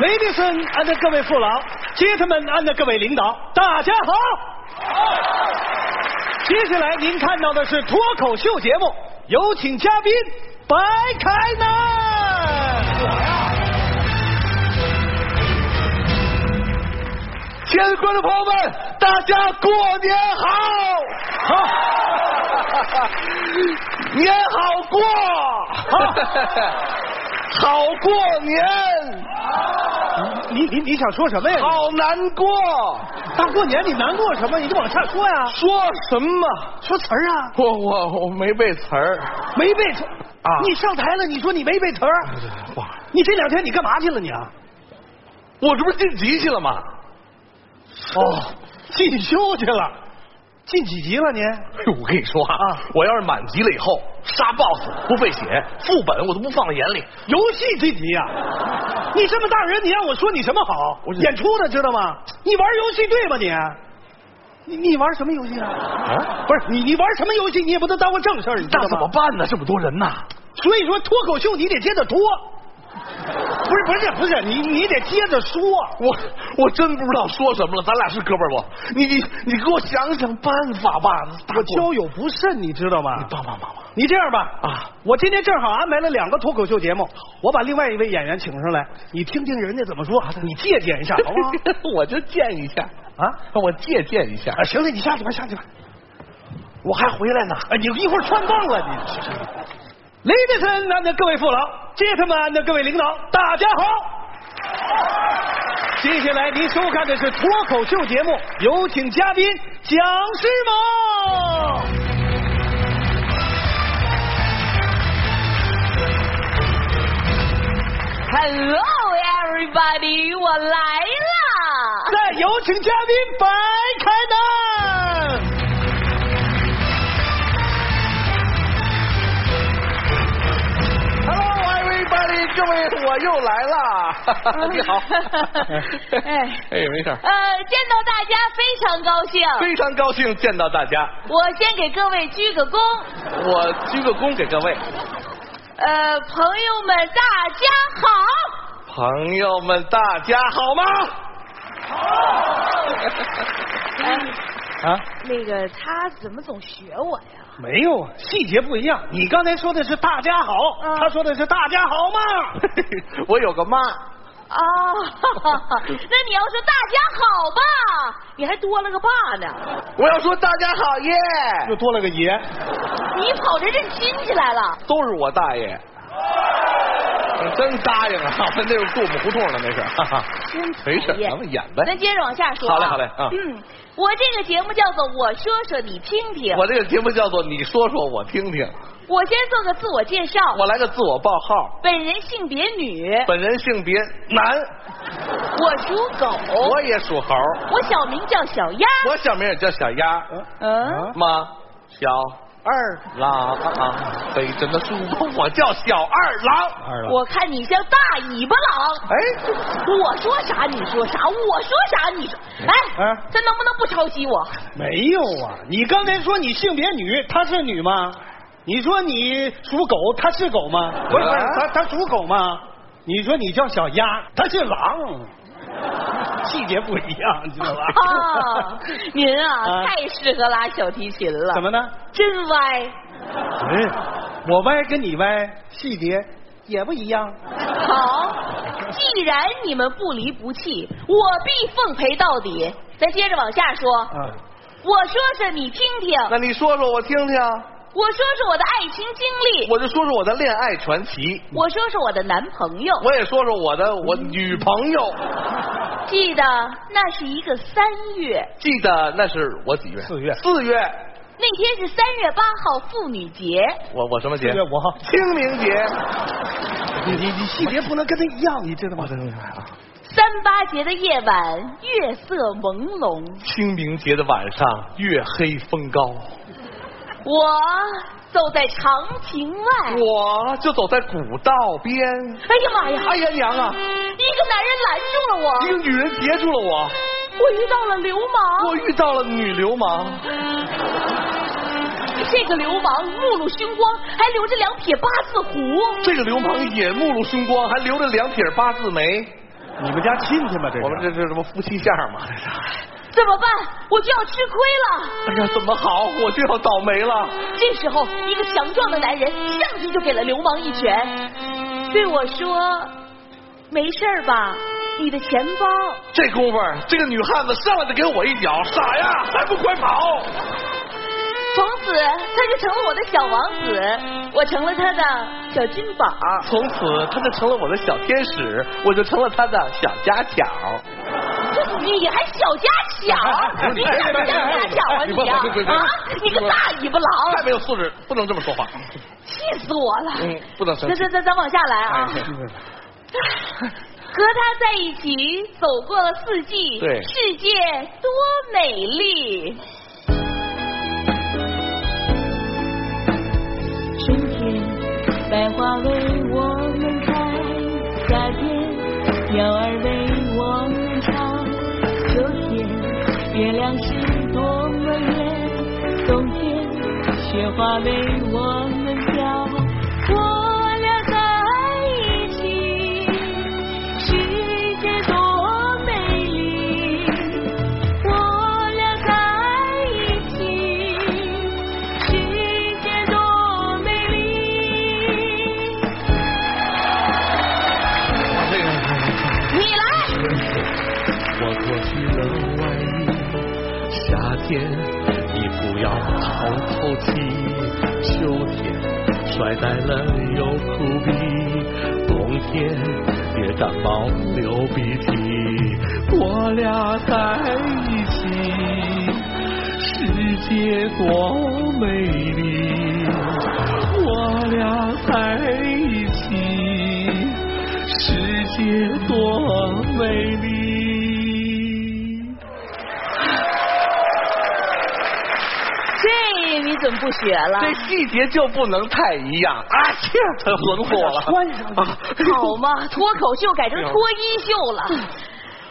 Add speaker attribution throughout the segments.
Speaker 1: Ladies and 各位父老，Gentlemen and 各位领导，大家好。接下来您看到的是脱口秀节目，有请嘉宾白凯南。
Speaker 2: 亲爱的观众哎朋友们，大家过年好！
Speaker 1: 好，
Speaker 2: 年好过，好过年，
Speaker 1: 你你你想说什么呀？
Speaker 2: 好难过。
Speaker 1: 大过年你难过什么？你就往下说呀。
Speaker 2: 说什么？
Speaker 1: 说词儿啊，
Speaker 2: 我我我没背词儿，
Speaker 1: 没背词
Speaker 2: 啊
Speaker 1: 你上台了，你说你没背词儿，你这两天你干嘛去了你啊？
Speaker 2: 我这不是晋级去了吗？
Speaker 1: 哦，进修去了，进几级了您？
Speaker 2: 哎呦我跟你说啊
Speaker 1: 啊，
Speaker 2: 我要是满级了以后，杀 BOSS 不费血，副本我都不放在眼里。
Speaker 1: 游戏这级呀、 你这么大人，你让我说你什么好？
Speaker 2: 我就
Speaker 1: 演出呢，知道吗？你玩游戏对吗你？你你玩什么游戏啊？
Speaker 2: 啊，
Speaker 1: 不是你你玩什么游戏，你也不能耽误正事儿，你知
Speaker 2: 那
Speaker 1: 道
Speaker 2: 怎么
Speaker 1: 吗？
Speaker 2: 办呢？这么多人呐，
Speaker 1: 所以说脱口秀你得接着脱，不是不是不是，你你得接着说。
Speaker 2: 我我真不知道说什么了。咱俩是哥们儿不？你你你给我想想办法吧。
Speaker 1: 我
Speaker 2: 大过
Speaker 1: 交友不慎，你知道吗？
Speaker 2: 帮帮忙忙
Speaker 1: 你这样吧，
Speaker 2: 啊！
Speaker 1: 我今天正好安排了两个脱口秀节目，我把另外一位演员请上来，你听听人家怎么说，你借鉴一下，好不 好？
Speaker 2: 我就见一下
Speaker 1: 啊，
Speaker 2: 我借鉴一下
Speaker 1: 啊，行了，你下去吧，下去吧。
Speaker 2: 我还回来呢。
Speaker 1: 哎，你一会儿穿帮了你。Ladies and 的各位父老，Gentlemen 的各位领导，大家好。接下来您收看的是脱口秀节目，有请嘉宾蒋诗萌。
Speaker 3: Hello, everybody，我来啦！
Speaker 1: 再有请嘉宾白开南。
Speaker 2: Hello everybody，各位，我又来了。 你好。
Speaker 3: 哎
Speaker 2: 哎，没事儿，
Speaker 3: 呃，见到大家非常高兴。
Speaker 2: 非常高兴见到大家。
Speaker 3: 我先给各位鞠个躬。
Speaker 2: 我鞠个躬给各位
Speaker 3: 呃，朋友们，大家好。
Speaker 2: 朋友们，大家好吗？ 啊，
Speaker 3: 呃那个他怎么总学我呀？
Speaker 1: 没有啊，细节不一样。你刚才说的是大家好，
Speaker 3: 嗯
Speaker 1: 他说的是大家好嘛。
Speaker 2: 我有个妈，
Speaker 3: 哦， 那你要说大家好吧，你还多了个爸呢。
Speaker 2: 我要说大家好耶，
Speaker 1: 又多了个爷，
Speaker 3: 你跑这认亲戚来了？
Speaker 2: 都是我大 爷。你真答应啊！ 我那是住我们胡同的，没事儿。哈哈
Speaker 3: 真讨
Speaker 2: 没
Speaker 3: 厌
Speaker 2: 事咱们演呗
Speaker 3: 咱接着往下说、啊。
Speaker 2: 好嘞好嘞啊
Speaker 3: 嗯，我这个节目叫做《我说说你听听》，
Speaker 2: 我这个节目叫做“你说说我听听
Speaker 3: 我先做个自我介绍”，。
Speaker 2: 我来个自我报号，
Speaker 3: 本人性别女，
Speaker 2: 本人性别男，
Speaker 3: 我属狗，
Speaker 1: 哦
Speaker 2: 我也属猴，
Speaker 3: 我小名叫小鸭。
Speaker 2: 我啊小名也叫小鸭，
Speaker 3: 嗯，
Speaker 2: 妈，小
Speaker 1: 二
Speaker 2: 郎啊，背着那书包，我叫小二郎。
Speaker 1: 二
Speaker 3: 我看你像大尾巴狼。
Speaker 2: 哎，
Speaker 3: 我说啥你说啥，我说啥你说。哎
Speaker 1: 哎，
Speaker 3: 咱能不能不抄袭我？
Speaker 1: 没有啊。你刚才说你性别女，她是女吗？你说你属狗，她是狗吗？不是不是，
Speaker 2: 啊
Speaker 1: 她她属狗吗？你说你叫小鸭，她是狼。细节不一样，你知道吧？
Speaker 3: 啊，您啊，
Speaker 1: 啊
Speaker 3: 太适合拉小提琴 了。
Speaker 1: 怎么？呢？
Speaker 3: 真歪。
Speaker 1: 哎，我歪跟你歪，细节也不一样。
Speaker 3: 好，既然你们不离不弃，我必奉陪到底。咱接着往下说，
Speaker 1: 嗯。
Speaker 3: 我说说你听听，
Speaker 2: 那你说说我听听，
Speaker 3: 我说说我的爱情经历，
Speaker 2: 我就说说我的恋爱传奇，
Speaker 3: 我说说我的男朋友。
Speaker 2: 我也说说我的我女朋友。
Speaker 3: 记得那是一个三月，
Speaker 2: 记得那是我几月？
Speaker 1: 四月
Speaker 2: 四月，
Speaker 3: 那天是三月八号妇女节。
Speaker 2: 我我什么节？
Speaker 1: 四月五号
Speaker 2: 清明节。
Speaker 1: 你你你细节不能跟他一样，你知道吗？
Speaker 3: 三八节的夜晚，月色朦胧，
Speaker 2: 清明节的晚上，月黑风高，
Speaker 3: 我走在长亭外。
Speaker 2: 我就走在古道边。
Speaker 3: 哎呀妈呀！嗯
Speaker 2: 哎呀娘啊！
Speaker 3: 一个男人拦住了我，
Speaker 2: 一个女人截住了我，
Speaker 3: 我遇到了流氓。
Speaker 2: 我遇到了女流氓。
Speaker 3: 这个流氓目露凶光，还留着两撇八字胡。嗯
Speaker 2: 这个流氓也目露凶光，还留着两撇八字眉。
Speaker 1: 你们家亲戚吗？这是
Speaker 2: 我们这是什么夫妻相嘛？这是。
Speaker 3: 怎么办？我就要吃亏了。
Speaker 2: 哎呀，怎么好？我就要倒霉了。
Speaker 3: 这时候，一个强壮的男人上去就给了流氓一拳，对我说：“没事儿吧？你的钱包。”
Speaker 2: 这功夫儿，这个女汉子上来就给我一脚，傻呀，还不快跑！
Speaker 3: 从此，他就成了我的小王子，我成了他的小金宝。
Speaker 2: 从此，她就成了我的小天使，我就成了她的小家巧。
Speaker 3: 这你还小家
Speaker 2: 哎
Speaker 3: 巧？你想不想家巧啊你
Speaker 2: 别别别别
Speaker 3: 啊？啊，你个大尾巴狼！
Speaker 2: 太没有素质，不能这么说话。
Speaker 3: 气死我了！
Speaker 2: 哎嗯不能生
Speaker 3: 咱
Speaker 2: 气
Speaker 3: 咱咱咱往下来啊！
Speaker 2: 哎是
Speaker 3: 和他在一起走过了四季，
Speaker 2: 对
Speaker 3: 世界多美丽。
Speaker 4: 春天，百花为我们开；夏天，鸟儿为我们唱；秋天，月亮是多么圆；冬天，雪花为我们飘。我俩在一起，世界多美丽。我俩在一起，世界多美丽。
Speaker 2: 这个，
Speaker 3: 你来，
Speaker 2: 我过去的外衣，夏天你不要好透气，秋天摔呆了又哭鼻，冬天别感冒流鼻涕，我俩在一起，世界多美丽，我俩在一起。世界多美丽。
Speaker 3: 这你怎么不学了？
Speaker 2: 这细节就不能太一样啊！切，他轮火了，
Speaker 1: 穿上吧
Speaker 2: 啊
Speaker 3: 好 嘛，脱口秀改成脱衣秀了。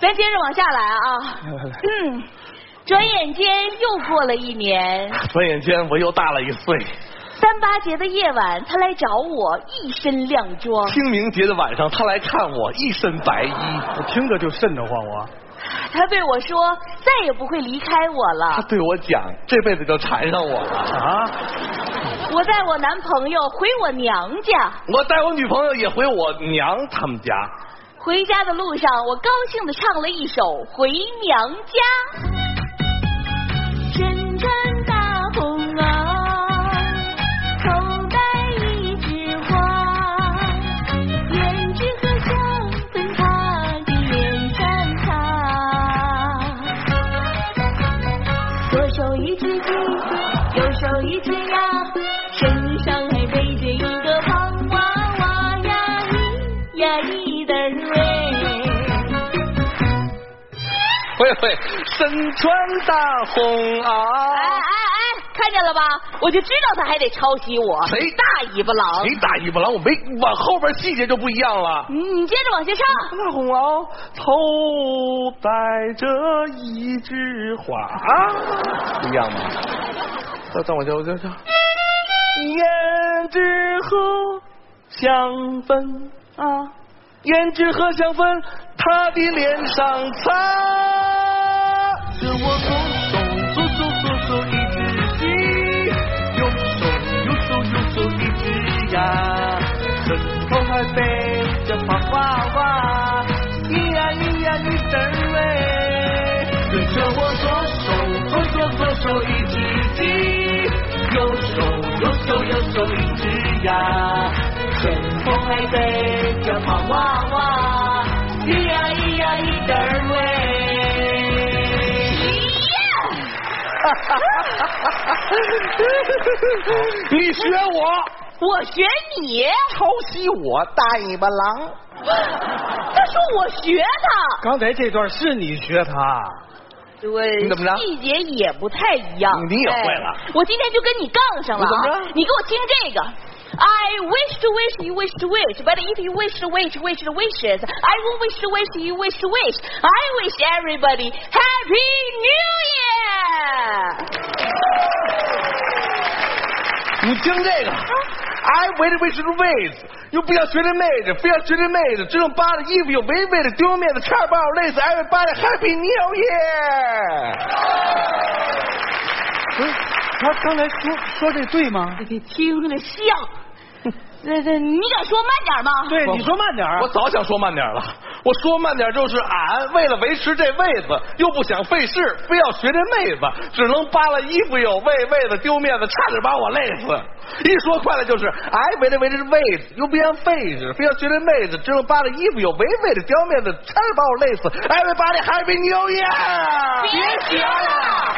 Speaker 3: 咱接着往下哎来啊。嗯，转眼间又过了一年，
Speaker 2: 转眼间我又大了一岁。
Speaker 3: 三八节的夜晚，他来找我，一身靓 装。
Speaker 2: 清明节的晚上，他来看我，一身白衣。
Speaker 1: 我听着就瘆得慌，我
Speaker 3: 他对我说，再也不会离开我
Speaker 2: 他
Speaker 3: 了。
Speaker 2: 对我讲，这辈子就缠上我了。
Speaker 1: 啊，
Speaker 3: 我带我男朋友回我娘家，
Speaker 2: 我带我女朋友也回我娘他们家。
Speaker 3: 回家的路上，我高兴的唱了一首《回娘家》。
Speaker 4: 身穿大红袄，头戴一枝花，胭脂和香粉擦在脸上擦。左手一只鸡，右手一只鸭，身上还背着一个胖娃娃呀，咿呀咿得儿喂。
Speaker 2: 喂喂，身穿大啊红
Speaker 3: 哎哎
Speaker 2: 袄。
Speaker 3: 哎，看见了吧？我就知道他还得抄袭我。
Speaker 4: 哎
Speaker 2: 谁
Speaker 3: 大尾巴狼？
Speaker 2: 谁打尾巴狼？我没往后边细节就不一样了。
Speaker 3: 你你接着往下唱。
Speaker 2: 大红袄头戴着一枝花，啊不一样吗？再再往下，我再唱。胭脂和香粉啊，胭脂和香粉，她的脸上擦。是我左手左手左手一只鸡，右手右手右手一只鸭，身后还背着胖娃娃，咿呀咿呀咿得儿喂，跟着我左手左手左手一只鸡，右手右手右手一只鸭，身后还背着胖娃娃，咿呀咿呀咿得儿
Speaker 4: 哎
Speaker 2: 喂。你学我，
Speaker 3: 我学你，
Speaker 2: 抄袭我大尾巴狼。
Speaker 3: 他说我学他，
Speaker 1: 刚才这段是你学他，
Speaker 3: 对，
Speaker 2: 你怎么着
Speaker 3: 细节也不太一样。
Speaker 2: 你也会了
Speaker 3: 哎我今天就跟你杠上了、啊。
Speaker 2: 你怎么着
Speaker 3: 你给我听这个。I wish to wish you wish to wish, but if you wish to wish wish to wishes, I will wish to wish you wish to wish. I wish everybody happy New Year.
Speaker 2: 你听这个 I wait wait to wait，又不要学这妹子，非要学这妹子，这种扒着衣服又违背着丢面子，差点把我累死。Everybody happy New Year！
Speaker 1: 不是，他刚才说说这对吗？
Speaker 3: 这听着像。那 这你敢说慢点吗？
Speaker 2: 啊
Speaker 1: 对，你说慢点儿啊
Speaker 2: 我早想说慢点了，我说慢点就是俺为了维持这位子，又不想费事，非要学这妹子，只能扒拉衣服有为为了丢面子，差点把我累死。一说快了就是哎，为了维持位子，又不嫌费事，非要学这妹子，只能扒拉衣服有为为了丢面子，差点把我累死。Everybody happy New Year！
Speaker 3: 别学了。